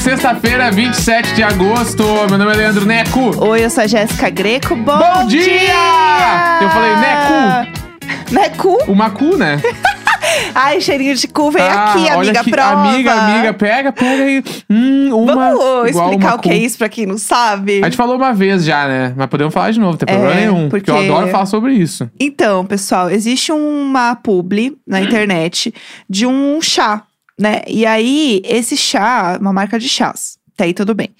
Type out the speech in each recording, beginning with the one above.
Sexta-feira, 27 de agosto. Meu nome é Leandro Neco. Oi, eu sou a Jéssica Greco. Bom, Bom dia! Eu falei, Necu. Necu? O Macu, né? Ai, cheirinho de cu, vem Ah, aqui, olha amiga, aqui. prova. Amiga, amiga, pega, pega aí. Hum, uma Vamos igual explicar uma o que cu. é isso pra quem não sabe? A gente falou uma vez já, né? Mas podemos falar de novo, não tem É, problema nenhum. Porque... eu porque- adoro falar sobre isso. Então, pessoal, existe uma publi na internet de um chá, né? E aí, esse chá, uma marca de chás. Até aí tudo bem.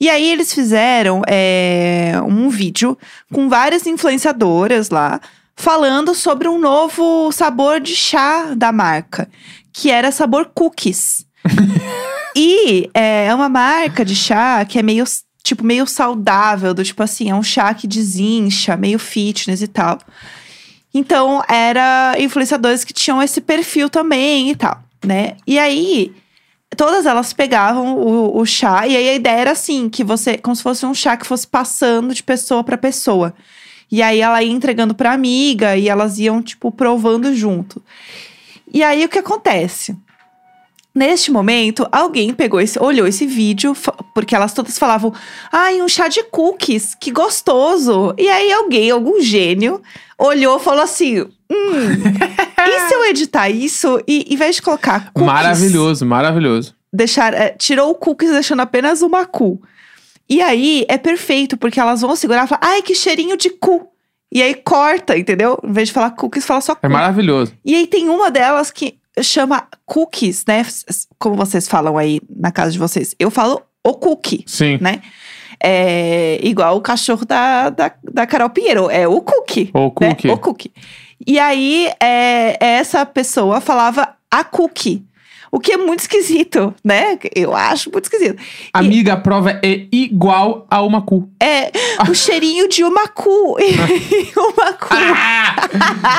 E aí, eles fizeram é, um vídeo com várias influenciadoras lá, falando sobre um novo sabor de chá da marca, que era sabor cookies. e é, é uma marca de chá que é meio, tipo, meio saudável, do tipo assim, é um chá que desincha, meio fitness e tal. Então, era influenciadores que tinham esse perfil também e tal, né? E aí, todas elas pegavam o, o chá, e aí a ideia era assim, que você, como se fosse um chá que fosse passando de pessoa pra pessoa. E aí ela ia entregando pra amiga, e elas iam, tipo, provando junto. E aí o que acontece? Neste momento, alguém pegou esse, olhou esse vídeo, fa- porque elas todas falavam: "Ai, um chá de cookies, que gostoso". E aí alguém, algum gênio, olhou e falou assim: "Hum, e se eu editar isso e em vez de colocar cookies, Maravilhoso, maravilhoso. deixar, é, tirou o cookies deixando apenas uma cu. E aí é perfeito, porque elas vão segurar e falar: "Ai, que cheirinho de cu". E aí corta, entendeu? Em vez de falar cookies, fala só cu. É maravilhoso. E aí tem uma delas que chama cookies, né? S- s- Como vocês falam aí na casa de vocês. Eu falo o cookie, Sim. né? É igual o cachorro da, da, da Carol Pinheiro. É o cookie. O né? cookie. O cookie. E aí, é, essa pessoa falava a cookie. O que é muito esquisito, né? Eu acho muito esquisito. Amiga, a prova é igual a uma cu. É o cheirinho de uma cu. uma cu. Ah!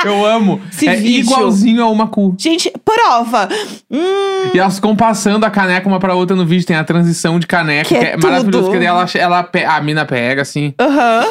Eu amo. Esse é vídeo. igualzinho a uma cu. Gente, prova. Hum, E elas ficam passando a caneca uma pra outra no vídeo. Tem a transição de caneca, que, Que é é, maravilhoso. tudo. Porque daí ela, ela, pe- a mina pega assim. aham.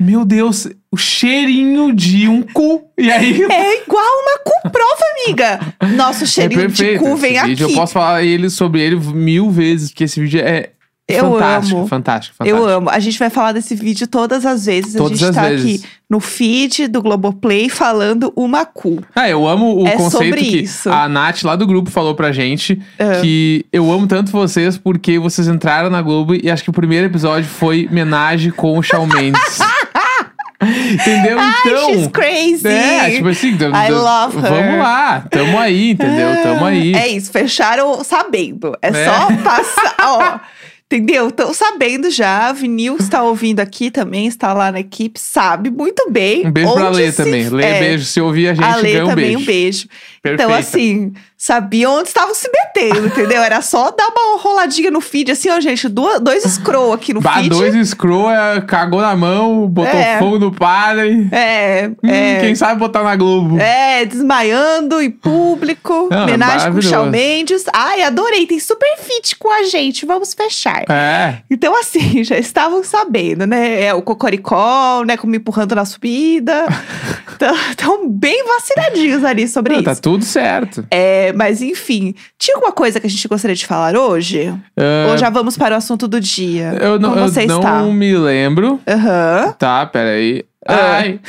Meu Deus, o cheirinho de um cu. E aí. É igual uma cu prova, amiga. Nosso cheirinho de cu vem É esse aqui. vídeo. Eu posso falar ele sobre ele mil vezes, porque esse vídeo é Eu fantástico, amo. fantástico, fantástico. Eu amo. A gente vai falar desse vídeo todas as vezes. Todas a gente as tá vezes. aqui no feed do Globoplay falando uma cu. Ah, eu amo o É conceito sobre que isso. É. a Nath lá do grupo falou pra gente que eu amo tanto vocês porque vocês entraram na Globo e acho que o primeiro episódio foi homenagem com o Shawn Mendes. Entendeu? Então. She's crazy. É, tipo assim, d- I d- love her. vamos lá, tamo aí, entendeu? Tamo aí. É isso, fecharam sabendo. É, É. só passar, ó. Entendeu? Estão sabendo já. A Vinil está ouvindo aqui também, está lá na equipe, sabe muito bem. Um beijo pra onde Lê se- também. Lê, é, beijo. Se ouvir a gente, a Lê ganha um também, beijo. um beijo. Perfeita. Então, assim, sabia onde estavam se metendo, entendeu? Era só dar uma roladinha no feed, assim, ó, gente, duas, dois scroll aqui no Bah, feed. dois scroll, é, cagou na mão, botou É. fogo no padre. É, Hum, é, Quem sabe botar na Globo. é, desmaiando em público, Ah, homenagem com o Shawn maravilhoso. Mendes. Ai, adorei, tem super fit com a gente, vamos fechar. É. Então, assim, já estavam sabendo, né? É o cocoricó, né? Como empurrando na subida. Estão bem vacinadinhos ali sobre Não, isso. tá tudo certo. É, mas enfim, tinha alguma coisa que a gente gostaria de falar hoje? Ou já vamos para o assunto do dia? É. Eu não, Como você eu não está? me lembro. Aham. Tá, peraí. Ah. Ai.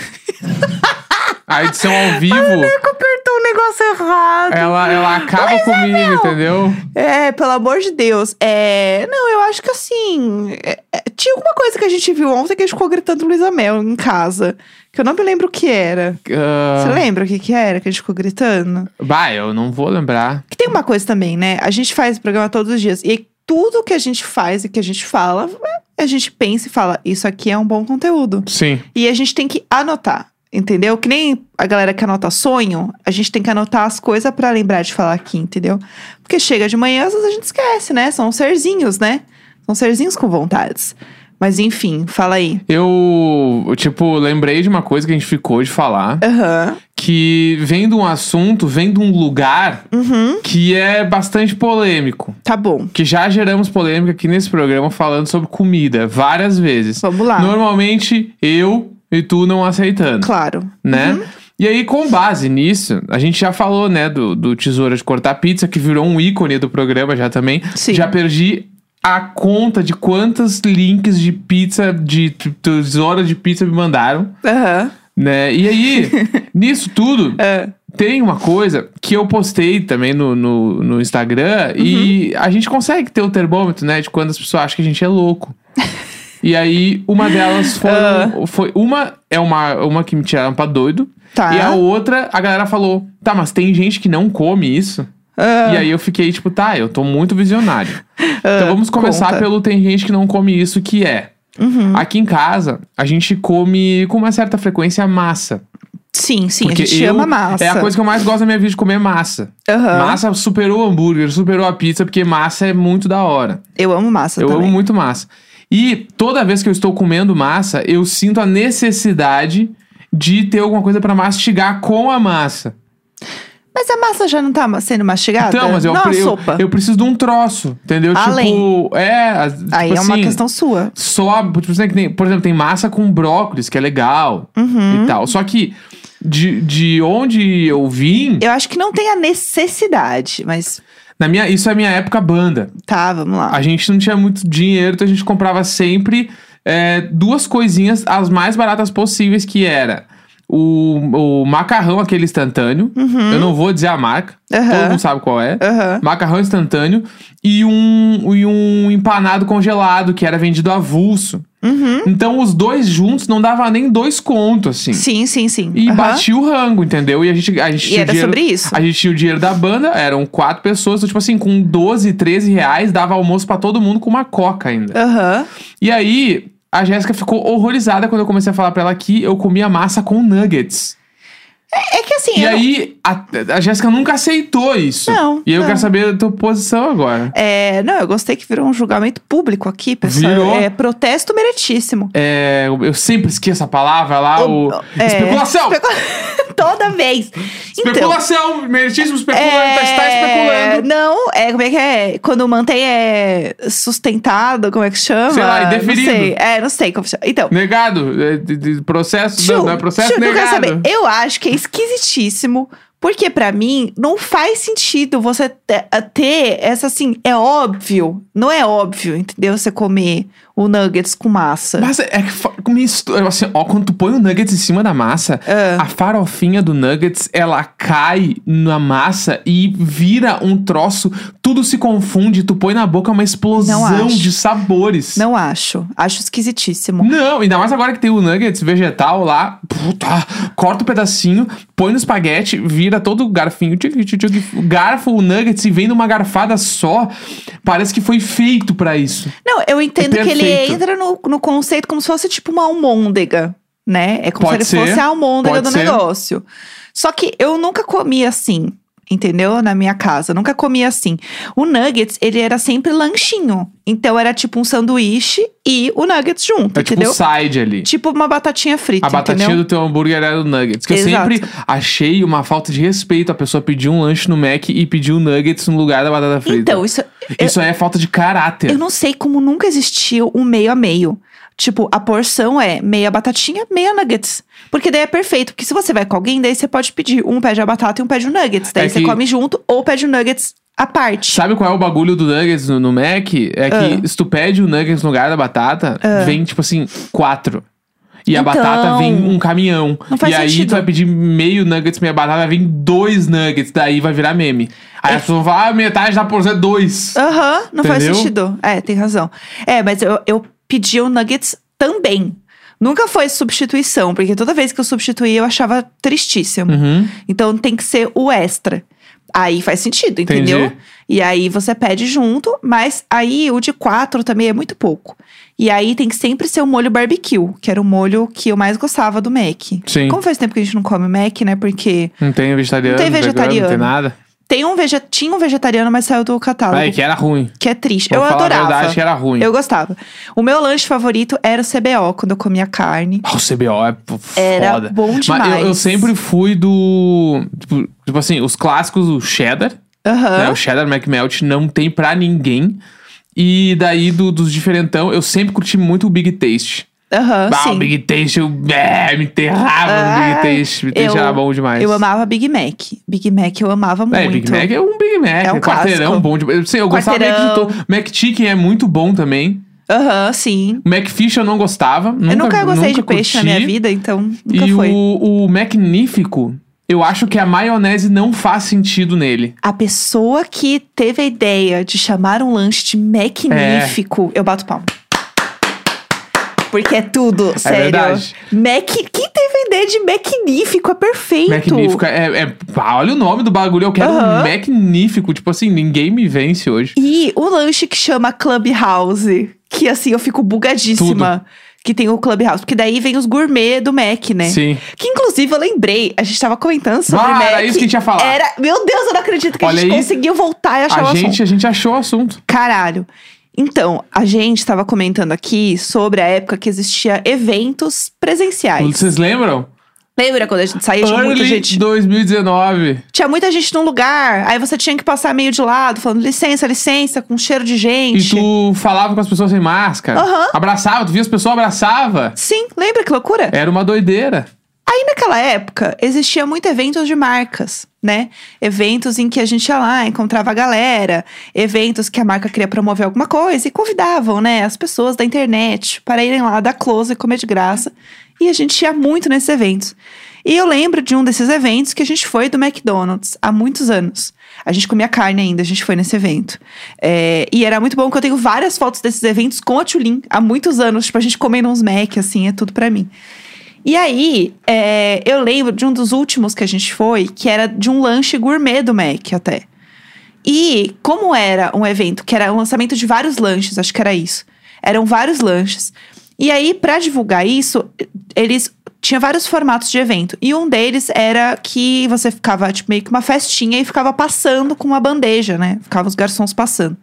A edição ao vivo, Eu apertou um negócio errado. ela, ela acaba comigo, entendeu? É, pelo amor de Deus. É, não, eu acho que assim. é, é, tinha alguma coisa que a gente viu ontem que a gente ficou gritando Luísa Mel em casa. Que eu não me lembro o que era. Ah, Você lembra o que, que era que a gente ficou gritando? bah, eu não vou lembrar. Que tem uma coisa também, né? A gente faz esse programa todos os dias. E aí, tudo que a gente faz e que a gente fala, é, a gente pensa e fala: isso aqui é um bom conteúdo. Sim. E a gente tem que anotar, entendeu? Que nem a galera que anota sonho, a gente tem que anotar as coisas pra lembrar de falar aqui, entendeu? Porque chega de manhã, às vezes a gente esquece, né? São serzinhos, né? São serzinhos com vontades. Mas enfim, fala aí. Eu, tipo, lembrei de uma coisa que a gente ficou de falar. Aham. Que vem de um assunto, vem de um lugar Uhum. que é bastante polêmico. Tá bom. Que já geramos polêmica aqui nesse programa falando sobre comida várias vezes. Vamos lá. Normalmente eu e tu não aceitando, Claro. né? E aí, com base nisso, a gente já falou, né, do, do tesoura de cortar pizza, que virou um ícone do programa já também. Sim. Já perdi a conta de quantos links de pizza, de t- tesoura de pizza me mandaram, Aham. né? E aí, nisso tudo, É. tem uma coisa que eu postei também no, no, no Instagram e a gente consegue ter o termômetro, né? De quando as pessoas acham que a gente é louco. e aí, uma delas foram, foi. Uma é uma, uma que me tiraram pra doido. Tá. E a outra, a galera falou: tá, mas tem gente que não come isso. Ah. E aí eu fiquei tipo, tá, eu tô muito visionário. então vamos começar conta. pelo tem gente que não come isso, que é. Uhum. Aqui em casa, a gente come com uma certa frequência massa. Sim, sim, Porque a gente eu- ama massa. Ah. É a coisa que eu mais gosto da minha vida de comer massa. Aham. Massa superou o hambúrguer, superou a pizza, porque massa é muito da hora. Eu amo massa eu também. amo muito massa. E toda vez que eu estou comendo massa, eu sinto a necessidade de ter alguma coisa pra mastigar com a massa. Mas a massa já não tá ma- sendo mastigada? Então, mas eu, não, é uma eu, sopa. eu preciso de um troço, entendeu? Além. Tipo, é. as- Tipo Aí é uma assim, questão sua. Só, tipo, assim, que nem- por exemplo, tem massa com brócolis, que é legal Uhum. e tal. Só que de, de onde eu vim, Eu acho que não tem a necessidade, mas na minha, isso é minha época banda. tá, vamos lá. A gente não tinha muito dinheiro, então a gente comprava sempre é, duas coisinhas, as mais baratas possíveis, que era o, o macarrão, aquele instantâneo. Uhum. Eu não vou dizer a marca, Aham. todo mundo sabe qual é. Aham. Macarrão instantâneo e um, e um empanado congelado que era vendido avulso. Uhum. Então os dois juntos não dava nem dois contos, assim. Sim, sim, sim. E Aham. batia o rango, entendeu? E a gente, a gente E tinha o era dinheiro. sobre isso. A gente tinha o dinheiro da banda, eram quatro pessoas, então, tipo assim, com 12, 13 reais, dava almoço pra todo mundo com uma coca ainda. Aham. E aí, a Jéssica ficou horrorizada quando eu comecei a falar pra ela que eu comia massa com nuggets. É que assim, e eu não- aí, a, a Jéssica nunca aceitou isso. Não, E eu não. quero saber a tua posição agora. É, não, eu gostei que virou um julgamento público aqui, pessoal. Virou. É protesto meritíssimo. É, eu eu sempre esqueço a palavra lá, o. É, Especulação! especula- Toda vez. Então, Especulação! Meritíssimo especulando, É. tá- está especulando. Não, é como é que é? Quando mantém é sustentado, como é que chama? Sei lá, indeferido. Não sei. É, não sei como chama. Então, Negado. é, de- de processo? tio, não, não é processo? tio, eu quero negado. saber. Eu acho que é esquisitíssimo. Porque pra mim não faz sentido você te- eh, ter essa assim, é óbvio, não é óbvio, entendeu? Você comer o nuggets com massa. Mas é que fa- mistura, assim, ó, quando tu põe o nuggets em cima da massa, Ah. a farofinha do nuggets, ela cai na massa e vira um troço, tudo se confunde, tu põe na boca uma explosão acho. de sabores. Não acho. Acho esquisitíssimo. Não, ainda mais agora que tem o nuggets vegetal lá. Puta, corta o pedacinho, põe no espaguete, vira todo o garfinho, tchuc, tchuc, tchuc, garfa o nuggets e vem numa garfada só. Parece que foi feito pra isso. Não, eu entendo que ele perfeito. entra no, no conceito como se fosse tipo uma almôndega, né? É como Pode se ser, ele fosse a almôndega pode do ser. negócio. Só que eu nunca comi assim, entendeu? Na minha casa, eu nunca comi assim. O nuggets, ele era sempre lanchinho. Então era tipo um sanduíche e o nuggets junto, É tipo entendeu? um side ali. Tipo uma batatinha frita, A batatinha entendeu? do teu hambúrguer era o nuggets. Que Exato. eu sempre achei uma falta de respeito a pessoa pedir um lanche no Mac e pedir um nuggets no lugar da batata frita. Então, isso, isso aí é falta de caráter. Eu não sei como nunca existiu um meio a meio. Tipo, a porção é meia batatinha, meia nuggets. Porque daí é perfeito. Porque se você vai com alguém, daí você pode pedir. Um pede a batata e um pede o nuggets. Daí É você que- come junto ou pede o nuggets à parte. Sabe qual é o bagulho do nuggets no, no Mac? É Ah. que se tu pede o nuggets no lugar da batata, vem tipo assim, quatro. E a Então. batata vem um caminhão. Não faz e aí sentido. tu vai pedir meio nuggets, meia batata, vem dois nuggets, daí vai virar meme. É Aí as pessoas vão falar, ah, metade da porção é dois. Aham, não faz Entendeu? sentido. É, tem razão. É, mas eu, eu pedi o nuggets também. Nunca foi substituição, porque toda vez que eu substituí, eu achava tristíssimo. Uhum. Então tem que ser o extra. Aí faz sentido, Entendi. entendeu? E aí você pede junto, mas aí o de quatro também é muito pouco. E aí tem que sempre ser o molho barbecue, que era o molho que eu mais gostava do Mac. Sim. Como faz tempo que a gente não come Mac, né? Porque Não tem vegetariano, Não tem vegano, não tem vegetariano. nada. tem um veget... tinha um vegetariano, mas saiu do catálogo, Aí que era ruim. que é triste. Vou eu falar adorava. a verdade que era ruim. Eu gostava. O meu lanche favorito era o CBO, quando eu comia carne. Ah, o CBO é p- foda. Era bom Mas eu- eu, demais. sempre fui do. Tipo, tipo assim, os clássicos, o cheddar. Aham. né? O cheddar McMelt não tem pra ninguém. E daí, do- dos diferentão, eu sempre curti muito o Big Taste. Aham, Ah, o sim. Big Taste, eu é, me enterrava no Ah, Big Taste. Big Taste eu- era bom demais. Eu amava Big Mac. Big Mac eu amava É, muito. Big Mac é um Big Mac. É um quarteirão clássico. bom demais. Sim, eu gostava meio que de Quarteirão. todo. Mac Chicken é muito bom também. Aham, sim. O Mac Fish eu não gostava. Nunca, eu nunca gostei de nunca peixe na curti. minha vida, então nunca e foi. O, o Magnífico, eu acho que a maionese não faz sentido nele. A pessoa que teve a ideia de chamar um lanche de magnífico, eu bato palma. Porque é tudo, sério. verdade. Mac, quem teve a ideia de magnífico? É perfeito. Magnífico é, é- ah, Olha o nome do bagulho, eu quero um Aham. Magnífico. Tipo assim, ninguém me vence hoje. E o lanche que chama Clubhouse, que assim, eu fico bugadíssima. Que tem o Clubhouse. Porque daí vem os gourmet do Mac, né? Sim. Que inclusive eu lembrei, a gente tava comentando sobre Ah, Mac. era isso que a gente ia falar. Era- meu Deus, eu não acredito que Olha a gente aí, conseguiu voltar e achar A o assunto. gente, a gente achou o assunto. Caralho. Então, a gente tava comentando aqui sobre a época que existia eventos presenciais. Vocês lembram? Lembra quando a gente saía? Tinha muita Early gente. 2019. Tinha muita gente num lugar, aí você tinha que passar meio de lado, falando licença, licença, com cheiro de E gente. tu falava com as pessoas sem máscara. Aham. Abraçava, tu via as pessoas, abraçava. Sim, lembra que loucura? Era uma doideira. Aí naquela época existia muito eventos de marcas, né? Eventos em que a gente ia lá, encontrava a galera, eventos que a marca queria promover alguma coisa e convidavam, né, as pessoas da internet para irem lá dar close e comer de graça. E a gente ia muito nesses eventos. E eu lembro de um desses eventos que a gente foi do McDonald's há muitos anos. A gente comia carne ainda, a gente foi nesse evento. É, e era muito bom que eu tenho várias fotos desses eventos com a Tulin há muitos anos. Tipo, a gente comendo uns Mac, assim, é tudo pra mim. E aí, é, eu lembro de um dos últimos que a gente foi, que era de um lanche gourmet do Mac até. E como era um evento que era um lançamento de vários lanches, acho que era isso. Eram vários lanches. E aí, pra divulgar isso, eles tinha vários formatos de evento. E um deles era que você ficava tipo, meio que uma festinha e ficava passando com uma bandeja, né? Ficavam os garçons passando.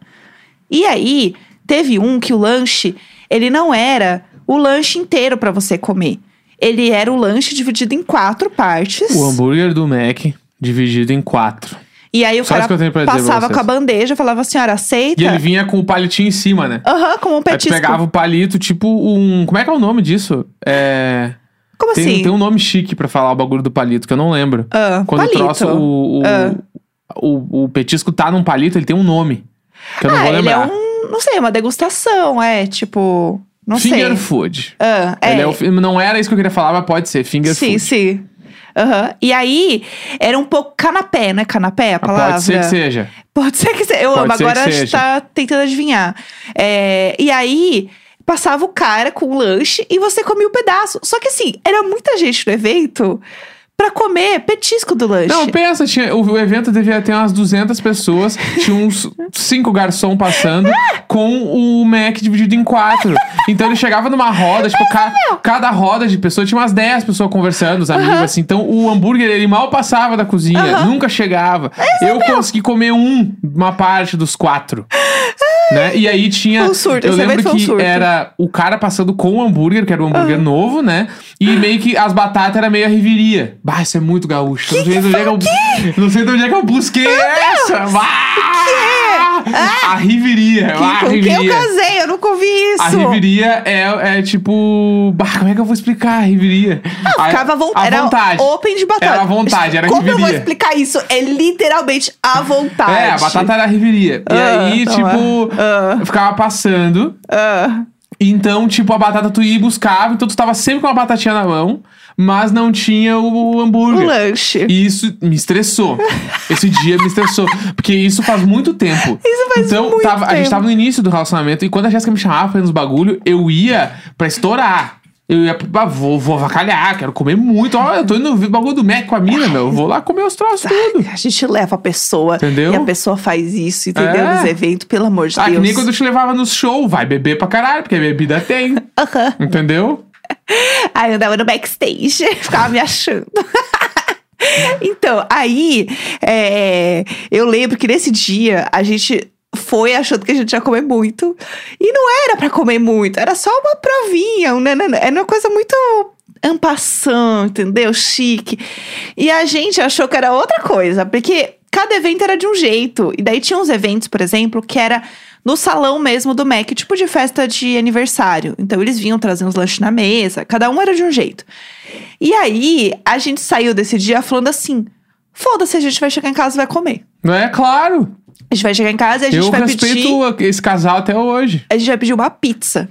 E aí, teve um que o lanche, ele não era o lanche inteiro pra você comer. Ele era o lanche dividido em quatro partes. O hambúrguer do Mac dividido em quatro. E aí o Só isso que eu tenho pra cara dizer pra passava vocês. com a bandeja, falava, senhora, aceita? E ele vinha com o palitinho em cima, né? Aham, como um Aí tu petisco. pegava o palito, tipo um. Como é que é o nome disso? É. Como Tem, assim? tem um nome chique pra falar o bagulho do palito, que eu não lembro. Ah, Quando palito. Ah. o troço. O, o, o, o petisco tá num palito, ele tem um nome. Que eu não ah, vou ele é lembrar. um, não sei, uma degustação, é, tipo, não Finger sei. food. Ah, é. Ele é o fi- não era isso que eu queria falar, mas pode ser. Finger sim, food. sim. Aham. E aí, era um pouco canapé, né? Canapé é a Mas palavra? Ah, Pode ser que seja. Pode ser que seja. Eu Pode amo. ser Agora que a gente seja. tá tentando adivinhar. É, e aí, passava o cara com o lanche e você comia o pedaço. Só que assim, era muita gente no evento pra comer petisco do lanche. Não, pensa, tinha, o, o evento devia ter umas 200 pessoas, tinha uns 5 garçom passando, com o Mac dividido em quatro. Então ele chegava numa roda, tipo, ca- cada roda de pessoa tinha umas 10 pessoas conversando, os amigos, assim. Então o hambúrguer, ele mal passava da cozinha, nunca chegava. Eu consegui comer um, uma parte dos quatro. Né? E aí tinha. Foi um surto, eu esse lembro evento foi um que surto. era Tá o cara passando com o hambúrguer, que era um Ah. hambúrguer novo, né? E meio que as batatas era meio a riveria. Bah, isso é muito gaúcho. Eu não, sei de onde é que eu, não sei de onde é que eu busquei Ah, essa. Bah! A riveria. bah, é? que, com quem eu riveria. casei? Eu nunca ouvi A isso. riveria é, é tipo. Bah, como é que eu vou explicar a riveria? Não, Ah, ficava à a vontade. Era vontade. open de batata. Era à vontade, era Como eu vou riveria. explicar isso? É literalmente à vontade. É, a batata era a riveria. E Ah, aí, então tipo, é. ficava passando. Ah, Então, tipo, a batata tu ia e buscava, então tu tava sempre com uma batatinha na mão, mas não tinha o, o o hambúrguer. lanche. E isso me estressou. Esse dia me estressou. Porque isso faz muito tempo. Isso faz então, muito tava- a gente tempo. tava no início do relacionamento e quando a Jéssica me chamava pra ir nos bagulho, eu ia pra estourar. Eu ia, pra, ah, vou, vou avacalhar, quero comer muito. Ó, eu tô indo ver o bagulho do Mac com a mina, meu. Eu vou lá comer os troços tudo. A gente leva a pessoa Entendeu? e a pessoa faz isso, entendeu? É. Nos eventos, pelo amor de Ah, que Deus. nem quando eu te levava no show, vai beber pra caralho, porque a bebida tem. Aham. Entendeu? Aí eu andava no backstage, ficava me achando. então, aí é, eu lembro que nesse dia a gente foi achando que a gente ia comer muito. E não era pra comer muito, era só uma provinha, um nananã. Era uma coisa muito ampação, entendeu? Chique. E a gente achou que era outra coisa, porque cada evento era de um jeito. E daí tinha uns eventos, por exemplo, que era no salão mesmo do Mac, tipo de festa de aniversário. Então eles vinham trazendo os lanches na mesa, cada um era de um jeito. E aí a gente saiu desse dia falando assim: foda-se, a gente vai chegar em casa e vai comer. Não é claro. A gente vai chegar em casa e a gente Eu vai pedir. respeito esse casal até hoje. A gente vai pedir uma pizza.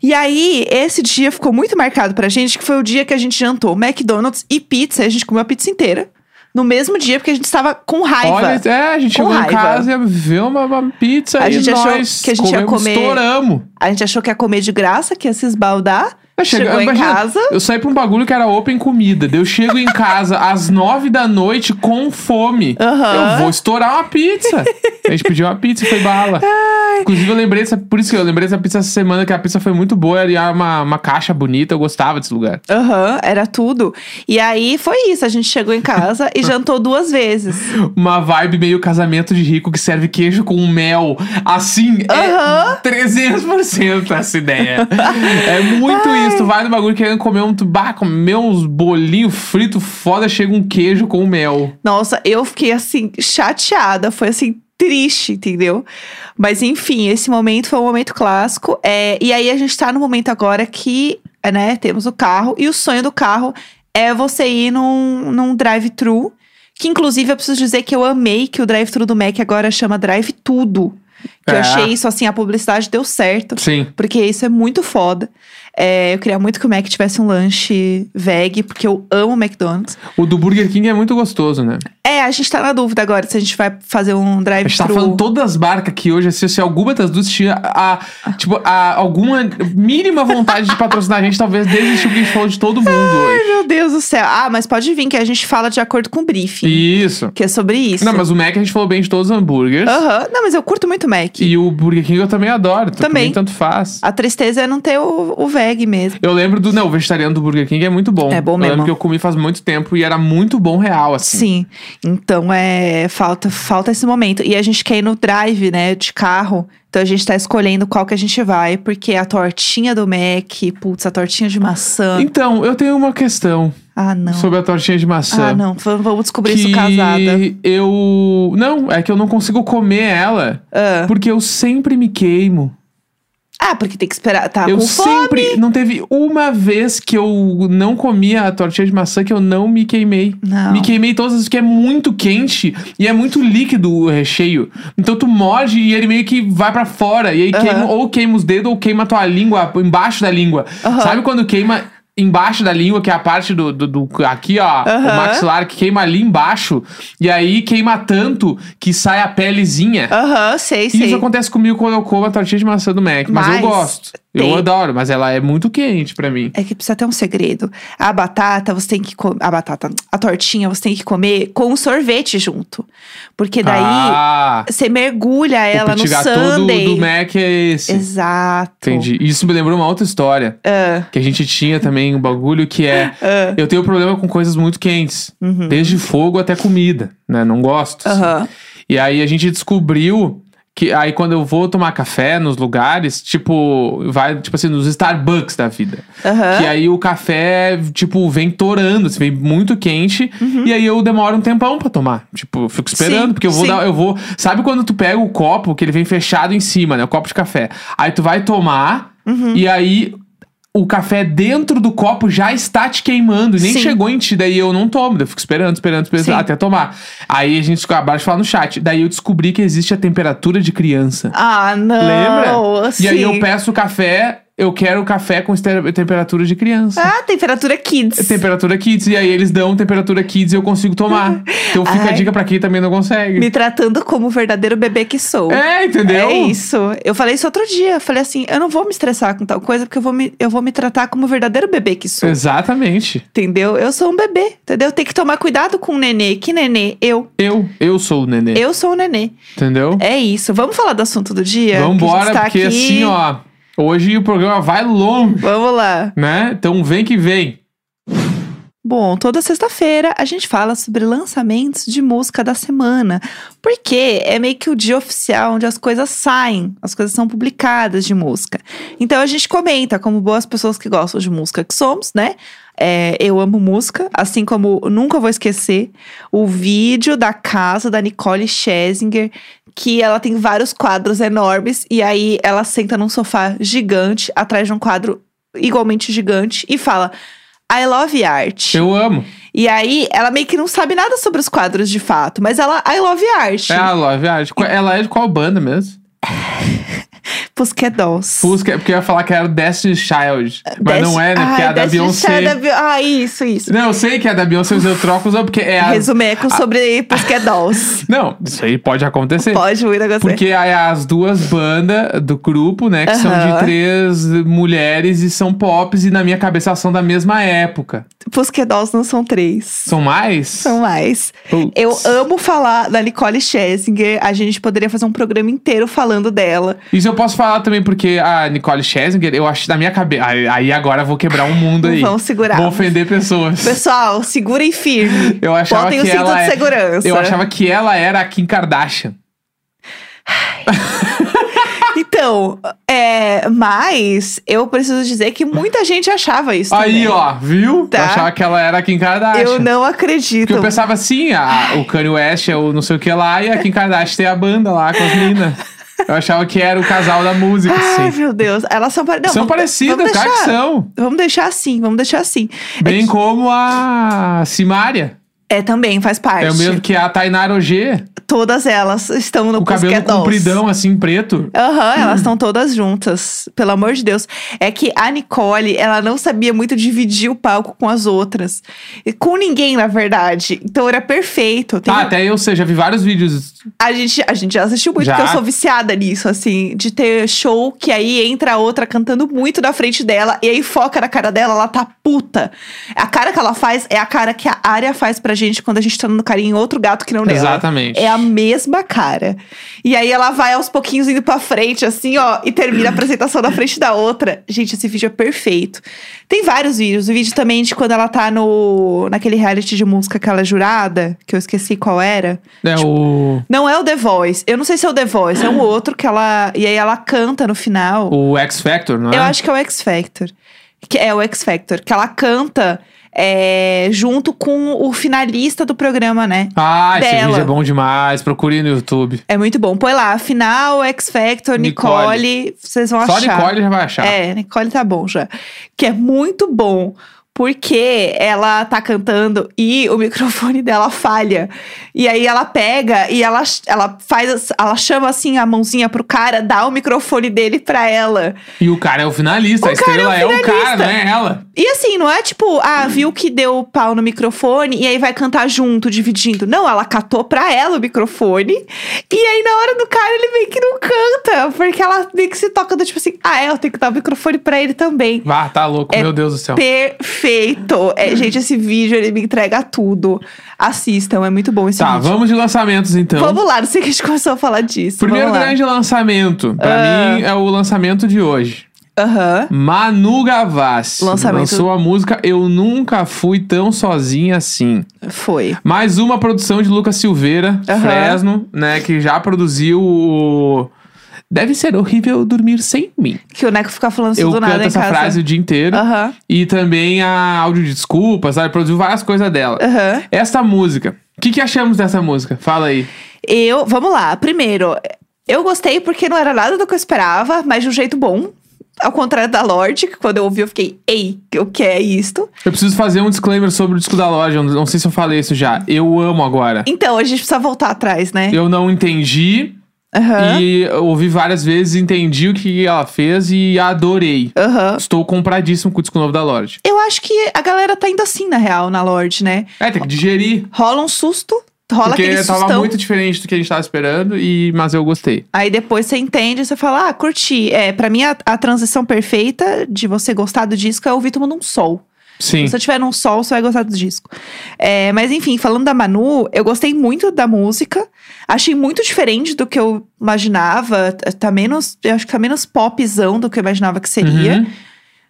E aí, esse dia ficou muito marcado pra gente, que foi o dia que a gente jantou McDonald's e pizza. e A gente comeu a pizza inteira. No mesmo dia, porque a gente estava com raiva. Olha, é, a gente Com chegou raiva. em casa e viu uma, uma pizza A e gente achou nós que a gente ia comemos, comer- estouramos. A gente achou que ia comer de graça, que ia se esbaldar. Eu chego- Chegou em imagina, casa. Eu saí pra um bagulho que era open comida. daí Eu chego em casa às nove da noite com fome. Aham. Eu vou estourar uma pizza. A gente pediu uma pizza e foi bala. Inclusive, eu lembrei dessa. Por isso que eu lembrei dessa pizza essa semana, que a pizza foi muito boa. Era uma, uma caixa bonita, eu gostava desse lugar. Aham, era tudo. E aí foi isso. A gente chegou em casa e jantou duas vezes. Uma vibe meio casamento de rico que serve queijo com mel. Assim, Aham. é 300% essa ideia. é muito isso. Tu vai no bagulho querendo comer um tubá, comer uns bolinhos fritos foda, chega um queijo com mel. Nossa, eu fiquei assim, chateada. Foi assim, triste, entendeu? Mas enfim, esse momento foi um momento clássico. É, e aí a gente tá no momento agora que, é, né, temos o carro. E o sonho do carro é você ir num, num drive-thru. Que inclusive eu preciso dizer que eu amei que o drive-thru do Mac agora chama Drive Tudo. Que eu É. achei isso assim, a publicidade deu certo. Sim. Porque isso é muito foda. É, eu queria muito que o Mac tivesse um lanche veg, porque eu amo McDonald's. O do Burger King é muito gostoso, né? É, a gente tá na dúvida agora se a gente vai fazer um A gente tá drive-thru. falando todas as marcas aqui hoje, assim, se alguma das duas tinha a, tipo, a, alguma mínima vontade de patrocinar a gente, talvez desde o que a gente falou de todo mundo hoje. Meu Deus do céu. Ah, mas pode vir que a gente fala de acordo com o briefing. Isso. Que é sobre isso. Não, mas o Mac a gente falou bem de todos os hambúrgueres. Aham. Não, mas eu curto muito o Mac. E o Burger King eu também adoro. Então Também. também. tanto faz. A tristeza é não ter o, o veg mesmo. Eu lembro do. Não, o vegetariano do Burger King é muito bom. É bom eu mesmo. lembro que eu comi faz muito tempo e era muito bom real, assim. Sim. Então é. Falta, falta esse momento. E a gente quer ir no drive, né? De carro. Então a gente tá escolhendo qual que a gente vai, porque a tortinha do Mac, putz, a tortinha de maçã. Então, eu tenho uma questão Ah, não. sobre a tortinha de maçã. Ah, não. V- Vamos descobrir é Que isso casada. eu. Não, é que eu não consigo comer ela. Ah. Porque eu sempre me queimo. Ah, porque tem que esperar. Tá eu com fome. sempre. Não teve uma vez que eu não comia a tortinha de maçã que eu não me queimei. Não. Me queimei todas as vezes porque é muito quente e é muito líquido o recheio. Então tu morde e ele meio que vai pra fora. E aí Aham. queima, ou queima os dedos ou queima a tua língua embaixo da língua. Aham. Sabe quando queima embaixo da língua, que é a parte do. do- do- aqui, ó, Aham. o maxilar que queima ali embaixo. E aí queima tanto que sai a pelezinha. Aham, sei, Isso Ah, sei. acontece comigo quando eu como a tortinha de maçã do Mac. Mas, Mas eu gosto. Eu tem- adoro, mas ela é muito quente pra mim. É que precisa ter um segredo. A batata, você tem que comer. A batata, a tortinha, você tem que comer com o sorvete junto. Porque daí ah, você mergulha o ela no petit gâteau do, sundae. do Mac é esse. Exato. Entendi. Isso me lembrou uma outra história. Que a gente tinha também um bagulho que é. Ah. Eu tenho problema com coisas muito quentes. Desde fogo até comida, né? Não gosto. assim. Aham. E aí a gente descobriu que aí quando eu vou tomar café nos lugares, tipo, vai, tipo assim, nos Starbucks da vida. Aham. Que é- aí o café, tipo, vem torando, assim, vem muito quente. E aí eu demoro um tempão pra tomar. Tipo, eu fico esperando, Uhum. Sim, porque eu vou sim. dar. Eu vou. Sabe quando tu pega o copo, que ele vem fechado em cima, né? O copo de café. Aí tu vai tomar, Uhum. e aí. O café dentro do copo já está te queimando. e Nem Sim. chegou em ti. Daí eu não tomo. daí Eu fico esperando, esperando, esperando. Sim. Até tomar. Aí a gente acabaram de falar no chat. Daí eu descobri que existe a temperatura de criança. Ah, não. Lembra? Sim. E aí eu peço café, eu quero café com este- temperatura de criança. Ah, temperatura kids. É Temperatura kids, e aí eles dão temperatura kids e eu consigo tomar. Então fica Ai. a dica pra quem também não consegue. Me tratando como o verdadeiro bebê que sou. É, entendeu? É isso. Eu falei isso outro dia. Eu falei assim: eu não vou me estressar com tal coisa, porque eu vou me, eu vou me tratar como o verdadeiro bebê que É. sou. Exatamente. Entendeu? Eu sou um bebê, entendeu? Tem que tomar cuidado com o nenê. Que nenê? Eu. Eu, eu sou o nenê. Eu sou o nenê. Entendeu? É isso. Vamos falar do assunto do dia? Vamos Que a gente Vambora, tá porque aqui. assim, ó, hoje o programa vai longe, Vamos lá. né? Então vem que vem. Bom, toda sexta-feira a gente fala sobre lançamentos de música da semana, porque é meio que o dia oficial onde as coisas saem, as coisas são publicadas de música. Então a gente comenta, como boas pessoas que gostam de música que somos, né? É, eu amo música, assim como nunca vou esquecer o vídeo da casa da Nicole Scherzinger, que ela tem vários quadros enormes e aí ela senta num sofá gigante atrás de um quadro igualmente gigante e fala I love art. Eu amo. E aí ela meio que não sabe nada sobre os quadros de fato, mas ela I love art. É a Love Art. Qua- Ela é de qual banda mesmo? Pussycat Dolls. Fusca, porque eu ia falar que era Destiny's Child. Mas não é, né? Porque é a da Beyoncé. Ah, isso, isso. Não, eu sei que é a da Beyoncé, mas eu troco usando porque é a. Resumeco sobre Pussycat Dolls. Não, isso aí pode acontecer. Pode muito acontecer. Porque aí as duas bandas do grupo, né? Que são de Aham. três três mulheres e são pops, e na minha cabeça elas são da mesma época. Pussycat Dolls não são três. São mais? São mais. Eu amo falar da Nicole Scherzinger. A gente poderia fazer um programa inteiro falando dela. Isso eu posso falar também, porque a Nicole Scherzinger, eu acho na minha cabeça. Aí aí agora eu vou quebrar um mundo aí. Vamos segurar. Vou ofender pessoas. Pessoal, segurem firme. Eu achava Botem o que cinto ela de é- segurança. Eu achava que ela era a Kim Kardashian. Então, é, mas eu preciso dizer que muita gente achava isso. Aí, também. ó, viu? Tá. Eu achava que ela era a Kim Kardashian. Eu não acredito. Porque eu pensava assim, a- o Kanye West é o não sei o que lá e a Kim Kardashian tem a banda lá com as meninas. Eu achava que era o casal da música, Ai, assim. meu Deus. Elas são, pare- Ah, não, são vamos- parecidas, tá? vamos claro que deixar- são. Vamos deixar assim, vamos deixar assim. Bem como a Simária. É, também faz parte. É o mesmo que a Tainara Ogê. Todas elas estão no O cabelo Pussycat Dolls. compridão, assim, preto. Aham, elas estão todas juntas, pelo amor de Deus. É que a Nicole, ela não sabia muito dividir o palco com as outras. E com ninguém, na verdade. Então era perfeito. Tem- um Ah, até eu sei, já vi vários vídeos. a, gente, a gente já assistiu muito, Já? porque eu sou viciada nisso, assim. De ter show que aí entra a outra cantando muito na frente dela, e aí foca na cara dela, ela tá puta. A cara que ela faz é a cara que a área faz pra gente quando a gente tá dando carinho em outro gato que não dela. Exatamente. É a mesma cara. E aí ela vai aos pouquinhos indo pra frente, assim, ó, e termina a apresentação na frente da outra. Gente, esse vídeo é perfeito. Tem vários vídeos. O vídeo também de quando ela tá no naquele reality de música que ela é jurada, que eu esqueci qual era. É o, Não é o The Voice. Eu não sei se é o The Voice, é um outro que ela. E aí ela canta no final. o X Factor, não é? Eu acho que é o X Factor. Que é o X Factor. Que ela canta é, junto com o finalista do programa, né? Ah, esse dela. vídeo é bom demais. Procure no YouTube. É muito bom. Põe lá, final, X Factor, Nicole. Nicole. Vocês vão Só achar. Nicole já vai achar. É, Nicole tá bom já. Que é muito bom. Porque ela tá cantando e o microfone dela falha. E aí ela pega e ela, ela faz, as- ela chama assim a mãozinha pro cara, dá o microfone dele pra ela. E o cara é o finalista. O a cara é estrela o é o cara, finalista. não é ela. E assim, não é tipo, ah, viu que deu pau no microfone e aí vai cantar junto, dividindo. Não, ela catou pra ela o microfone. E aí na hora do cara ele meio que não canta, porque ela meio que se toca do tipo assim, ah, é, eu tenho que dar o microfone pra ele também. Ah, tá louco, É meu Deus do céu. Perfeito! É, gente, esse vídeo ele me entrega tudo. Assistam, é muito bom esse Tá, vídeo. vamos de lançamentos então. Vamos lá, não sei que a gente começou a falar disso. Primeiro vamos lá. Ah. grande lançamento, pra mim é o lançamento de hoje. Aham. Manu Gavassi Lançamento- lançou a música Eu Nunca Fui Tão Sozinha Assim. Foi. Mais uma produção de Lucas Silveira, Aham. Fresno, né, que já produziu o Deve ser horrível dormir sem mim. Que o Neco fica falando isso Eu do nada canto em essa casa. frase né? o dia inteiro. Aham. E também a áudio de desculpas, sabe? Produziu várias coisas dela. Aham. Esta música. O que, que achamos dessa música? Fala aí. Eu, vamos lá. Primeiro, eu gostei porque não era nada do que eu esperava, mas de um jeito bom. Ao contrário da Lorde, que quando eu ouvi eu fiquei, ei, o que é isto? Eu preciso fazer um disclaimer sobre o disco da loja. eu Não sei se eu falei isso já. Eu amo agora. Então, a gente precisa voltar atrás, né? Eu não entendi Aham. e eu ouvi várias vezes, entendi o que ela fez e adorei. Aham. Estou compradíssimo com o disco novo da Lorde. Eu acho que a galera tá indo assim, na real, na Lorde, né? É, tem que digerir. Rola um susto, rola porque aquele tava sustão. muito diferente do que a gente tava esperando, e... mas eu gostei. Aí depois você entende, você fala, ah, curti. É, pra mim, a, a transição perfeita de você gostar do disco é ouvir tomando um sol. Sim. Se você tiver num sol, você vai gostar do disco. É, mas enfim, falando da Manu, eu gostei muito da música. Achei muito diferente do que eu imaginava. Tá tá menos, eu acho que tá menos popzão do que eu imaginava que seria. Uhum.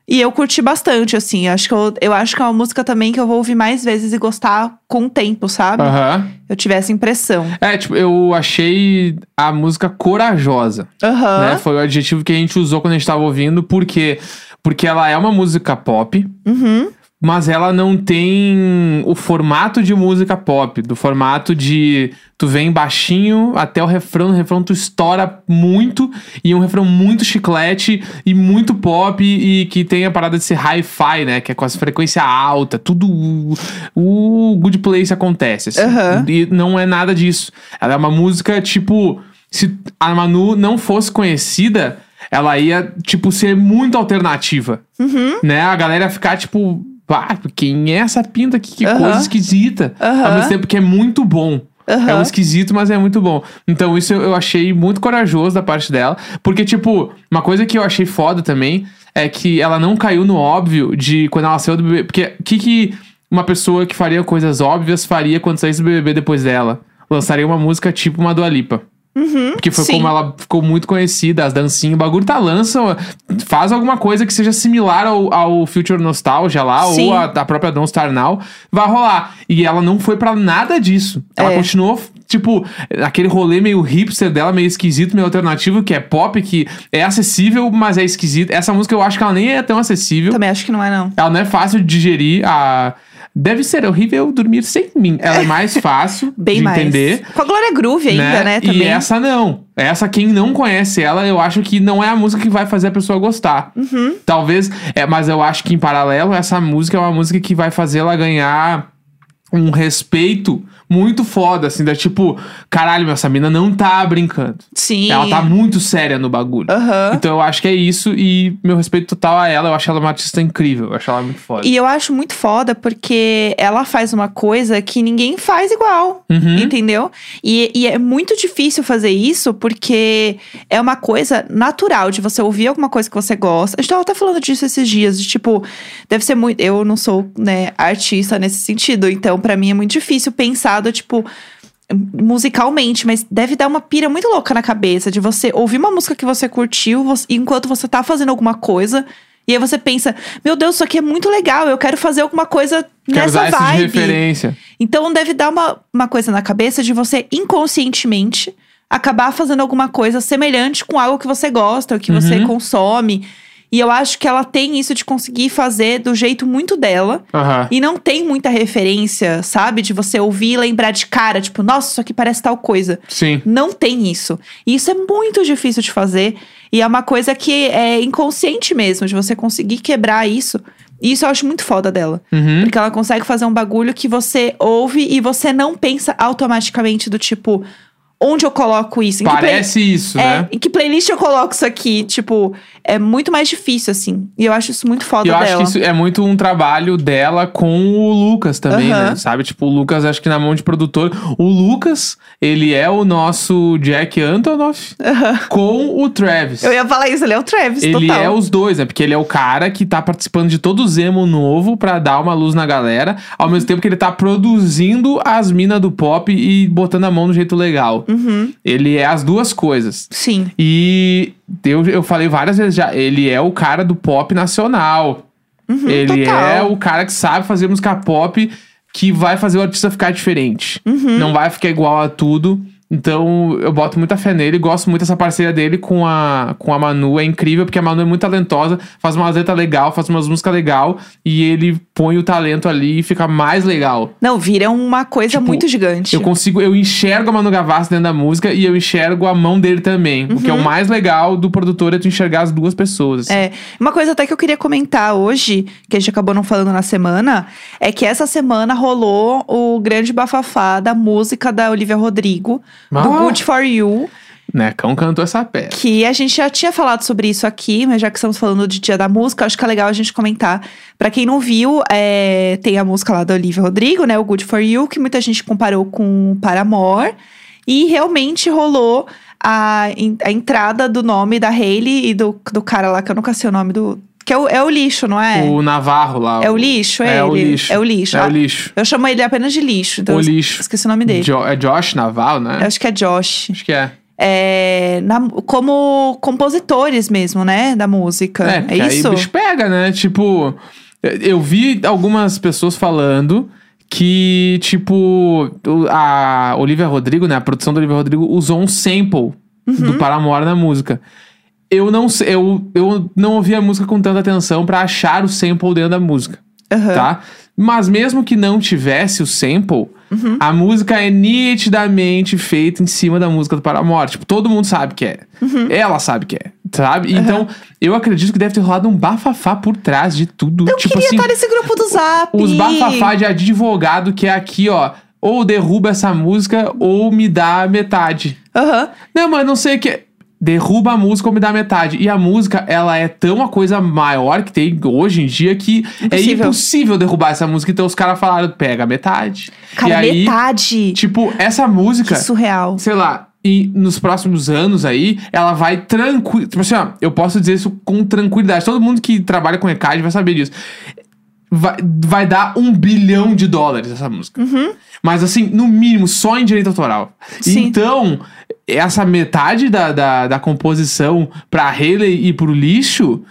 E eu curti bastante, assim. Acho que eu, eu acho que é uma música também que eu vou ouvir mais vezes e gostar com o tempo, sabe? Aham. Eu tive essa impressão. É, tipo, eu achei a música corajosa. Aham. né? Foi o adjetivo que a gente usou quando a gente tava ouvindo, porque porque ela é uma música pop, Uhum. mas ela não tem o formato de música pop, do formato de tu vem baixinho até o refrão, no refrão tu estoura muito, e é um refrão muito chiclete e muito pop, e que tem a parada de ser hi-fi, né? Que é com as frequência alta, tudo. O, o good place acontece. Assim. Aham. E não é nada disso. Ela é uma música tipo. Se a Manu não fosse conhecida, ela ia, tipo, ser muito alternativa Uhum. né? A galera ficar tipo, pá, quem é essa pinta aqui? Que Aham. coisa esquisita. Ao Aham. mesmo tempo que é muito bom. É um Aham. esquisito, mas é muito bom. Então, isso eu eu achei muito corajoso da parte dela. Porque, tipo, uma coisa que eu achei foda também é que ela não caiu no óbvio de quando ela saiu do BBB. Porque o que, que uma pessoa que faria coisas óbvias faria quando saísse do BBB depois dela? Lançaria uma música tipo uma Dua Lipa. Uhum. Porque foi Sim. como ela ficou muito conhecida, as dancinhas, o bagulho tá lança, faz alguma coisa que seja similar ao, ao Future Nostalgia lá, Sim. ou a, a própria Don't Star Now, vai rolar. E ela não foi pra nada disso. Ela É. continuou, tipo, aquele rolê meio hipster dela, meio esquisito, meio alternativo, que é pop, que é acessível, mas é esquisito. Essa música eu acho que ela nem é tão acessível. Também acho que não é, não. Ela não é fácil de digerir. A... Deve ser horrível dormir sem mim. Ela é mais fácil Bem de mais. entender. Com a Glória Groove ainda, né? E também. essa não. Essa, quem não conhece ela, eu acho que não é a música que vai fazer a pessoa gostar. Uhum. Talvez, é, mas eu acho que em paralelo, essa música é uma música que vai fazer ela ganhar um respeito muito foda, assim, da tipo, caralho, meu, essa mina não tá brincando. Sim. Ela tá muito séria no bagulho. Aham. Então eu acho que é isso e meu respeito total a ela. Eu acho ela uma artista incrível, eu acho ela muito foda. E eu acho muito foda porque ela faz uma coisa que ninguém faz igual. Uhum. Entendeu? E, e é muito difícil fazer isso porque é uma coisa natural de você ouvir alguma coisa que você gosta. A gente tava até falando disso esses dias, de tipo, deve ser muito. Eu não sou, né, artista nesse sentido, então pra mim é muito difícil pensar do tipo. Musicalmente, mas deve dar uma pira muito louca na cabeça de você ouvir uma música que você curtiu você- enquanto você tá fazendo alguma coisa. E aí você pensa, meu Deus, isso aqui é muito legal, eu quero fazer alguma coisa Quero nessa usar isso de vibe. referência. Então deve dar uma, uma coisa na cabeça de você inconscientemente acabar fazendo alguma coisa semelhante com algo que você gosta, ou que você Uhum. consome. E eu acho que ela tem isso de conseguir fazer do jeito muito dela. Aham. E não tem muita referência, sabe? De você ouvir e lembrar de cara, tipo, nossa, isso aqui parece tal coisa. Sim. Não tem isso. E isso é muito difícil de fazer. E é uma coisa que é inconsciente mesmo, de você conseguir quebrar isso. E isso eu acho muito foda dela. Uhum. Porque ela consegue fazer um bagulho que você ouve e você não pensa automaticamente do tipo, onde eu coloco isso? Em que play- Parece isso, é, né? em que playlist eu coloco isso aqui? Tipo, é muito mais difícil, assim. E eu acho isso muito foda E eu dela. acho que isso é muito um trabalho dela com o Lucas também, Aham. né? Sabe? Tipo, o Lucas, acho que na mão de produtor. O Lucas, ele é o nosso Jack Antonoff com o Travis. Eu ia falar isso, ele é o Travis, Ele total. é os dois, né? Porque ele é o cara que tá participando de todo o Zemo novo pra dar uma luz na galera, ao mesmo tempo que ele tá produzindo as minas do pop e botando a mão no jeito legal. Uhum, Ele é as duas coisas. sim. E eu, eu falei várias vezes já, ele é o cara do pop nacional. Uhum, ele total. é o cara que sabe fazer música pop que vai fazer o artista ficar diferente. Uhum. Não vai ficar igual a tudo. Então eu boto muita fé nele, gosto muito dessa parceria dele com a, com a Manu. É incrível, porque a Manu é muito talentosa, faz uma letra legal, faz umas músicas legal e ele põe o talento ali e fica mais legal. Não, vira uma coisa Tipo, muito gigante. Eu consigo, eu enxergo a Manu Gavassi dentro da música e eu enxergo a mão dele também. O que é o mais legal do produtor é tu enxergar as duas pessoas. assim. Uhum. É, uma coisa até que eu queria comentar hoje, que a gente acabou não falando na semana, é que essa semana rolou o grande bafafá da música da Olivia Rodrigo, do Ah. Good For You, Né? Cão cantou essa peça. que a gente já tinha falado sobre isso aqui, mas já que estamos falando de Dia da Música, acho que é legal a gente comentar. Pra quem não viu, é, tem a música lá da Olivia Rodrigo, né, o Good For You, que muita gente comparou com Paramore, e realmente rolou a, en- a entrada do nome da Hailey e do, do cara lá, que eu nunca sei o nome do... Que é o, é o lixo, não é? O Navarro lá. É o lixo, É é, ele? o lixo. É o lixo. É Ah, o lixo. Eu chamo ele apenas de lixo. Então O eu es- lixo. Esqueci o nome dele. Jo- é Josh Naval, né? Eu acho que é Josh. Acho que é. É, na- como compositores mesmo, né? Da música. É, É, porque aí isso? o bicho pega, né? Tipo, eu vi algumas pessoas falando que, tipo, o- a Olivia Rodrigo, né? A produção da Olivia Rodrigo usou um sample do Paramore na música. Eu não, sei- eu, eu não ouvi a música com tanta atenção pra achar o sample dentro da música. Aham. tá? Mas mesmo que não tivesse o sample, Uhum. a música é nitidamente feita em cima da música do Paramore. Tipo, todo mundo sabe que é. Uhum. Ela sabe que é, sabe? Então, eu acredito que deve ter rolado um bafafá por trás de tudo. Eu tipo queria assim, estar nesse grupo do Zap. os bafafá de advogado que é aqui, ó. Ou derruba essa música ou me dá metade. Aham. Não, mas não sei o que. Derruba a música ou me dá metade. E a música, ela é tão a coisa maior que tem hoje em dia que é Impossível. impossível derrubar essa música. Então os caras falaram, pega a metade. Cara, e aí, metade. tipo, essa Que música, surreal. sei lá, e nos próximos anos aí, ela vai tranquilo. Tipo assim, ó, eu posso dizer isso com tranquilidade. Todo mundo que trabalha com ECAD vai saber disso. Vai, vai dar um bilhão de dólares essa música. Mas assim, no mínimo, só em direito autoral. Uhum. Sim. Então, essa metade da, da, da composição pra Haley e pro lixo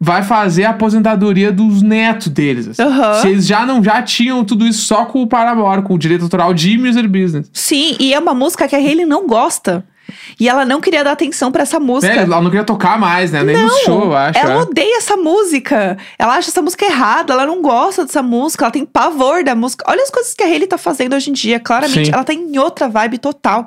vai fazer a aposentadoria dos netos deles. assim. Aham. Se eles já não já tinham tudo isso só com o Paramore, com o direito autoral de Music Business. Sim, e é uma música que a Hayley não gosta. E ela não queria dar atenção pra essa música. É, ela não queria tocar mais, né? Nem no show, eu acho. Ela é. odeia essa música. Ela acha essa música errada, ela não gosta dessa música, ela tem pavor da música. Olha as coisas que a Hayley tá fazendo hoje em dia. Claramente, Sim. ela tá em outra vibe total.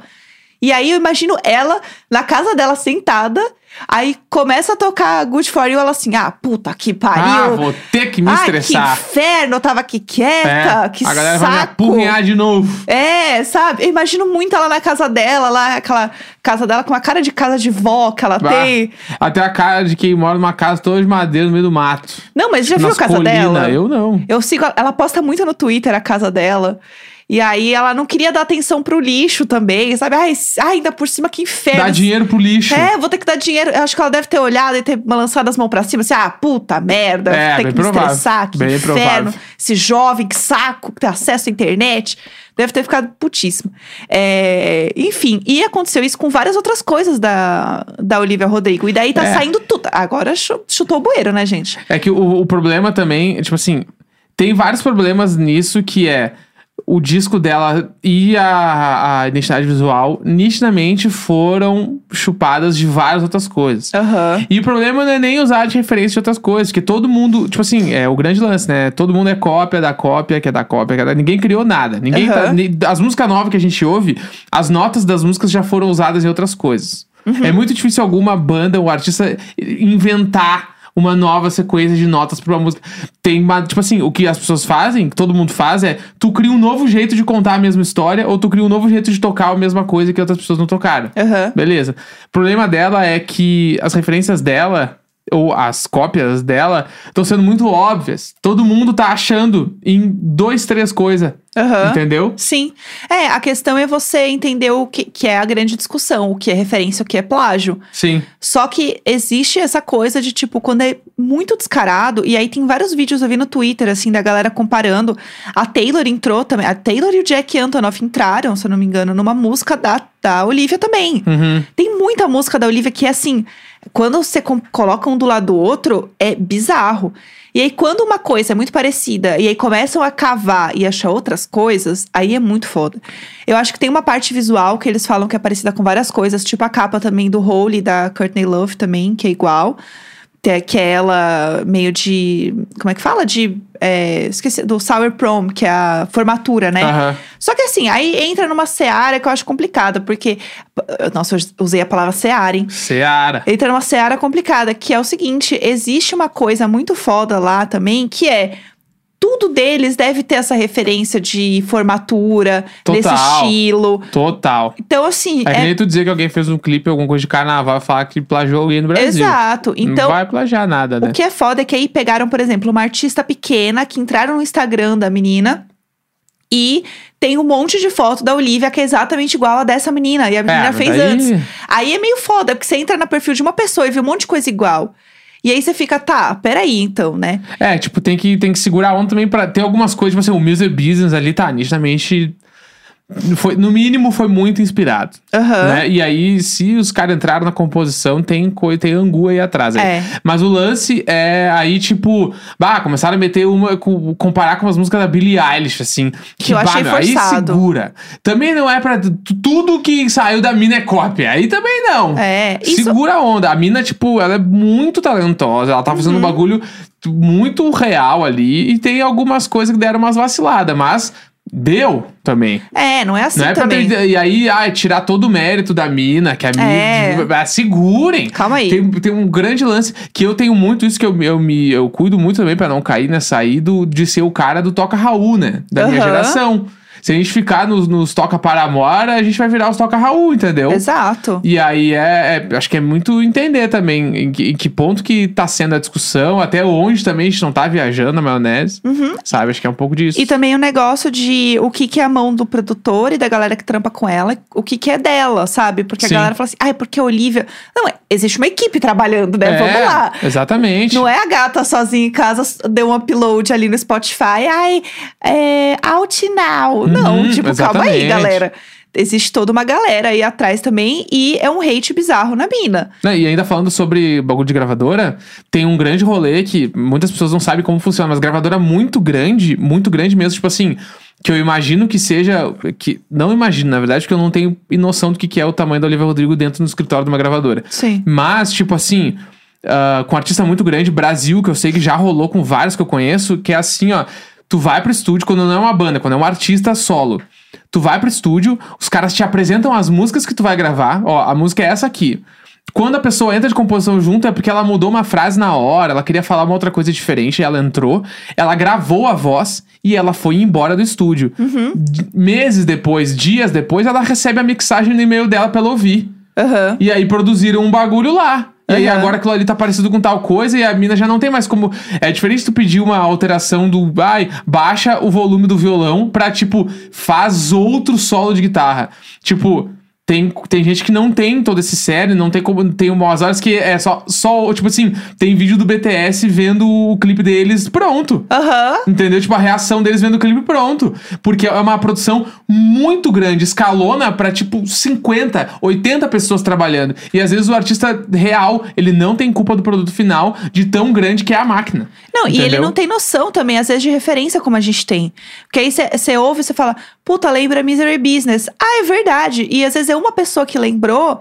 E aí eu imagino ela na casa dela sentada, aí começa a tocar Good For You, ela assim, ah, puta que Ah, pariu. vou ter que me Ai, estressar. que inferno, eu tava aqui quieta, É, que a galera vai me saco. apurrinhar de novo. É, sabe? Eu imagino muito ela na casa dela, lá, aquela casa dela com uma cara de casa de vó que ela Bah. tem. Até a cara de quem mora numa casa toda de madeira no meio do mato. Não, mas já viu a Nas casa colinas. dela? Eu não. Eu sigo, ela- ela posta muito no Twitter a casa dela. E aí ela não queria dar atenção pro lixo também, sabe? Ai, s- ai, ainda por cima, que inferno. Dá dinheiro pro lixo. É, vou ter que dar dinheiro. Eu acho que ela deve ter olhado e ter lançado as mãos pra cima, assim, ah, puta merda, É, tem bem que me provável. estressar, que Bem inferno. provável. Esse jovem, que saco, que tem acesso à internet. Deve ter ficado putíssima. É, enfim, e aconteceu isso com várias outras coisas da, da Olivia Rodrigo. E daí tá É. saindo tudo. Agora chu- chutou o bueiro, né, gente? É que o, o problema também, é, tipo assim, tem vários problemas nisso que é o disco dela e a, a identidade visual nitidamente foram chupadas de várias outras É coisas. Aham. E o problema não é nem usar de referência de outras coisas, porque todo mundo, tipo assim, é o grande lance, né? Todo mundo é cópia da cópia, que é da cópia, que é da... ninguém criou nada. Ninguém tá- Aham. ni- as músicas novas que a gente ouve, as notas das músicas já foram usadas em outras coisas. Uhum. É muito difícil alguma banda ou artista inventar uma nova sequência de notas pra uma música. Tem, uma- tipo assim, o que as pessoas fazem, que todo mundo faz é, tu cria um novo jeito de contar a mesma história ou tu cria um novo jeito de tocar a mesma coisa que outras pessoas não tocaram. Aham. Beleza. O problema dela é que as referências dela, ou as cópias dela, estão sendo muito óbvias. Todo mundo tá achando em dois, três coisas. Aham. Entendeu? Sim. É, a questão é você entender o que, que é a grande discussão, o que é referência, o que é plágio. Sim. Só que existe essa coisa de, tipo, quando é muito descarado, e aí tem vários vídeos eu vi no Twitter, assim, da galera comparando. A Taylor entrou também. A Taylor e o Jack Antonoff entraram, se eu não me engano, numa música da, da Olivia também. Uhum. Tem muita música da Olivia que é assim, quando você com- coloca um do lado do outro, é bizarro. E aí, quando uma coisa é muito parecida, e aí começam a cavar e achar outras coisas, aí é muito foda. Eu acho que tem uma parte visual que eles falam que é parecida com várias coisas, tipo a capa também do Holy, da Courtney Love também, que é igual. Te- Que é ela meio de. Como é que fala? De. é, esqueci, do Sour Prom, que é a formatura, né? Aham. Só que assim, aí entra numa seara que eu acho complicada, porque. eh, Nossa, eu usei a palavra seara, hein? Seara. Entra numa seara complicada, que é o seguinte: existe uma coisa muito foda lá também, que é. Tudo deles deve ter essa referência de formatura, desse Total. estilo. Total. Então, assim. É que é- nem tu dizer que alguém fez um clipe, alguma coisa de carnaval, e falar que plagiou alguém no Brasil. exato. Não Então, vai plagiar nada, né? O que é foda é que aí pegaram, por exemplo, uma artista pequena que entraram no Instagram da menina e tem um monte de foto da Olivia que é exatamente igual a dessa menina. E a menina É, mas fez daí- antes. Aí é meio foda, porque você entra no perfil de uma pessoa e vê um monte de coisa igual. E aí você fica, tá, peraí então, né? É, tipo, tem que, tem que segurar a onda também pra ter algumas coisas, tipo assim, o music business ali tá nitidamente Foi, no mínimo, foi muito inspirado. Aham. Né? E aí, se os caras entraram na composição, tem, coi- tem angu aí atrás. aí. É. Mas o lance é aí, tipo, bah, começaram a meter uma, co- comparar com as músicas da Billie Eilish, assim. Que eu achei bah, meu, aí forçado. segura. Também não é pra. t- Tudo que saiu da mina é cópia. Aí também não. É, isso Segura a onda. A mina, tipo, ela é muito talentosa. Ela tá Uhum. fazendo um bagulho muito real ali. E tem algumas coisas que deram umas vaciladas, mas deu também. é, não é assim Não é pra também. ter, e aí, ah, tirar todo o mérito da mina, que a mina. É. Ah, Segurem! Calma aí. Tem, tem um grande lance que eu tenho muito isso que eu, eu me eu cuido muito também pra não cair nessa aí do, de ser o cara do toca Raul, né? Da minha Aham. geração. Se a gente ficar nos, nos toca Paramora, a gente vai virar os toca Raul, entendeu? Exato. E aí é, é- acho que é muito entender também em que, em que ponto que tá sendo a discussão, até onde também a gente não tá viajando na maionese, sabe? Acho que é um pouco disso. Uhum. E também o negócio de o que, que é a mão do produtor e da galera que trampa com ela, o que, que é dela, sabe? Porque Sim. a galera fala assim, ah, é porque a Olivia. Não, é- existe uma equipe trabalhando, né? É, Vamos lá. Exatamente. Não é a gata sozinha em casa, deu um upload ali no Spotify, ai, é, out now. Uhum, Não, tipo, calma aí, exatamente. galera. Existe toda uma galera aí atrás também, e é um hate bizarro na mina. Né, E ainda falando sobre bagulho de gravadora, tem um grande rolê que muitas pessoas não sabem como funciona, mas gravadora muito grande, muito grande mesmo, tipo assim, que eu imagino que seja. que Não imagino, na verdade, porque eu não tenho noção do que que é o tamanho da Olivia Rodrigo dentro do escritório de uma gravadora. Sim. Mas, tipo assim, ah, com artista muito grande, Brasil, que eu sei que já rolou com vários que eu conheço, que é assim, ó. Tu vai pro estúdio quando não é uma banda, quando é um artista solo. Tu vai pro estúdio, os caras te apresentam as músicas que tu vai gravar. Ó, a música é essa aqui. Quando a pessoa entra de composição junto é porque ela mudou uma frase na hora, ela queria falar uma outra coisa diferente, ela entrou, ela gravou a voz e ela foi embora do estúdio. D- Meses depois, dias depois, ela recebe a mixagem no e-mail dela pra ela ouvir. Aham. E aí produziram um bagulho lá. E aí Aham. agora aquilo ali tá parecido com tal coisa e a mina já não tem mais como. É diferente tu pedir uma alteração do. Ai, baixa o volume do violão pra, tipo, faz outro solo de guitarra. Tipo. Tem, tem gente que não tem todo esse sério, não tem como. Tem umas horas que é só, só. Tipo assim, tem vídeo do BTS vendo o clipe deles pronto. Aham. Entendeu? Tipo, a reação deles vendo o clipe pronto. Porque é uma produção muito grande, escalona pra tipo 50, 80 pessoas trabalhando. E às vezes o artista real, ele não tem culpa do produto final de tão grande que é a máquina. Não, e ele Entendeu? não tem noção também, às vezes, de referência como a gente tem. Porque aí você ouve e você fala, puta, lembra Misery Business. Ah, é verdade. E às vezes é uma pessoa que lembrou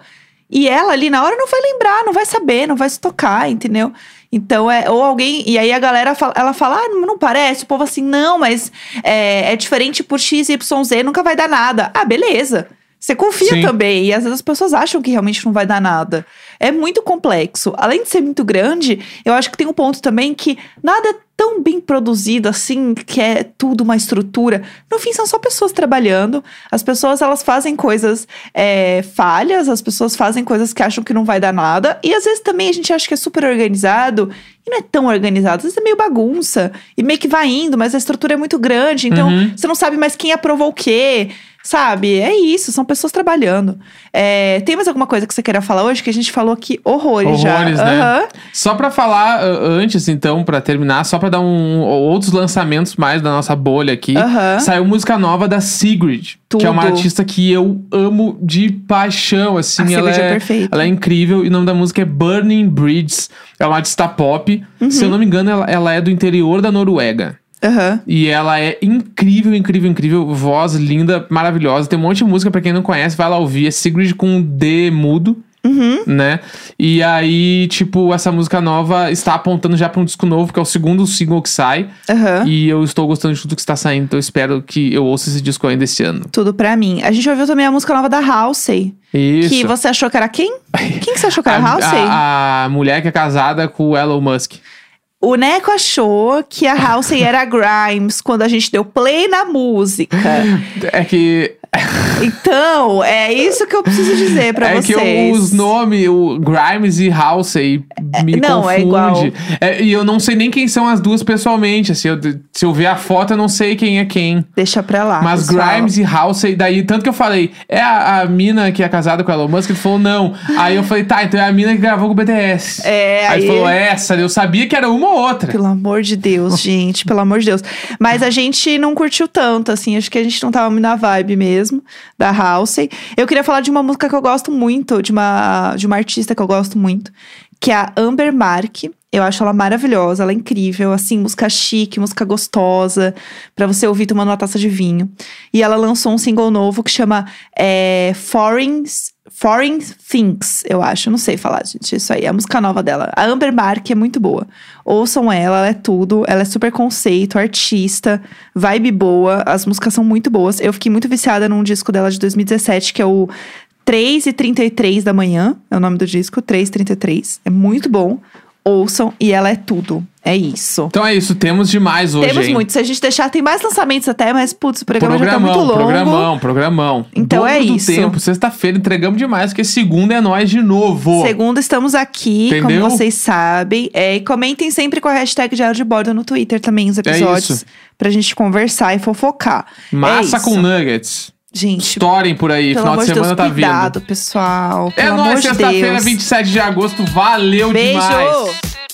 e ela ali na hora não vai lembrar, não vai saber, não vai se tocar, entendeu? Então é. Ou alguém. E aí a galera fala, ela fala, ah, não parece. O povo assim, não, mas é, é diferente por X, Y, Z, nunca vai dar nada. Ah, beleza. Você confia Sim. também. E às vezes as pessoas acham que realmente não vai dar nada. É muito complexo. Além de ser muito grande, eu acho que tem um ponto também que nada é tão bem produzido assim, que é tudo uma estrutura. No fim, são só pessoas trabalhando. As pessoas, elas fazem coisas é, falhas, as pessoas fazem coisas que acham que não vai dar nada. E às vezes também a gente acha que é super organizado e não é tão organizado. Às vezes é meio bagunça e meio que vai indo, mas a estrutura é muito grande. Então, Uhum. você não sabe mais quem aprovou o quê. Sabe? É isso, são pessoas trabalhando. É, tem mais alguma coisa que você queira falar hoje? Que a gente falou aqui horrores, já. Horrores, né? Aham. Só pra falar ah, antes, então, pra terminar, só pra dar um, outros lançamentos mais da nossa bolha aqui. Aham. Saiu música nova da Sigrid, que é uma Tudo. artista que eu amo de paixão, assim, A ela cerveja é é, perfeita. ela é incrível e o nome da música é Burning Bridges. É uma artista pop. Uhum. Se eu não me engano, ela, ela é do interior da Noruega. Aham. E ela é incrível, incrível, incrível. Voz linda, maravilhosa. Tem um monte de música, pra quem não conhece, vai lá ouvir. É Sigrid com D mudo Uhum. né? E aí, tipo, essa música nova está apontando já pra um disco novo, que é o segundo single que sai. Aham. E eu estou gostando de tudo que está saindo, então eu espero que eu ouça esse disco ainda esse ano. Tudo pra mim. A gente ouviu também a música nova da Halsey. Isso. Que você achou que era quem? Quem que você achou que era a a, Halsey? a, a mulher que é casada com o Elon Musk. O Neco achou que a Halsey era a Grimes quando a gente deu play na música. É que. Então, é isso que eu preciso dizer pra é vocês. que eu, os nomes, o Grimes e House aí me não, confunde. é igual. É, e eu não sei nem quem são as duas pessoalmente. Assim, eu- se eu ver a foto, eu não sei quem é quem. Deixa pra lá. Mas Ah, pessoal. Grimes e House, daí, tanto que eu falei, é a, a mina que é casada com o Elon Musk, ele falou não. Aí eu falei, tá, então é a mina que gravou com o BTS. aí É, aí- ele falou, essa, eu sabia que era uma ou outra. Pelo amor de Deus, gente, pelo amor de Deus. Mas a gente não curtiu tanto, assim, acho que a gente não tava muito na vibe mesmo da Halsey. Eu queria falar de uma música que eu gosto muito, de uma, de uma artista que eu gosto muito, que é a Amber Mark. Eu acho ela maravilhosa, ela é incrível, assim, música chique, música gostosa, pra você ouvir tomando uma taça de vinho. E ela lançou um single novo que chama é, Foreigns. Foreign Things, eu acho. Eu Não sei falar, gente. Isso aí. É a música nova dela. A Amber Mark é muito boa. Ouçam ela, ela é tudo. Ela é super conceito, artista, vibe boa. As músicas são muito boas. Eu fiquei muito viciada num disco dela de 2017, que é o 3 e 33 da manhã. É o nome do disco, 3 e 33. É muito bom. Ouçam e ela é tudo. É isso. Então é isso, temos demais hoje, Temos hein? muito. Se a gente deixar, tem mais lançamentos até, mas putz, o programa já tá muito Programão, longo. programão, programão. Então Dobro é do isso. tempo, sexta-feira entregamos demais, porque segunda é nós de novo. Segunda, estamos aqui, Entendeu? como vocês sabem. É, e comentem sempre com a hashtag Diário de Bordo no Twitter também os episódios. É isso. pra gente conversar e fofocar. Massa é isso. com nuggets. Gente, Estourem por aí, pelo final amor de de Deus, semana tá vindo. cuidado, pessoal. É pelo amor nóis, de sexta-feira, Deus. 27 de agosto. Valeu Beijo! demais.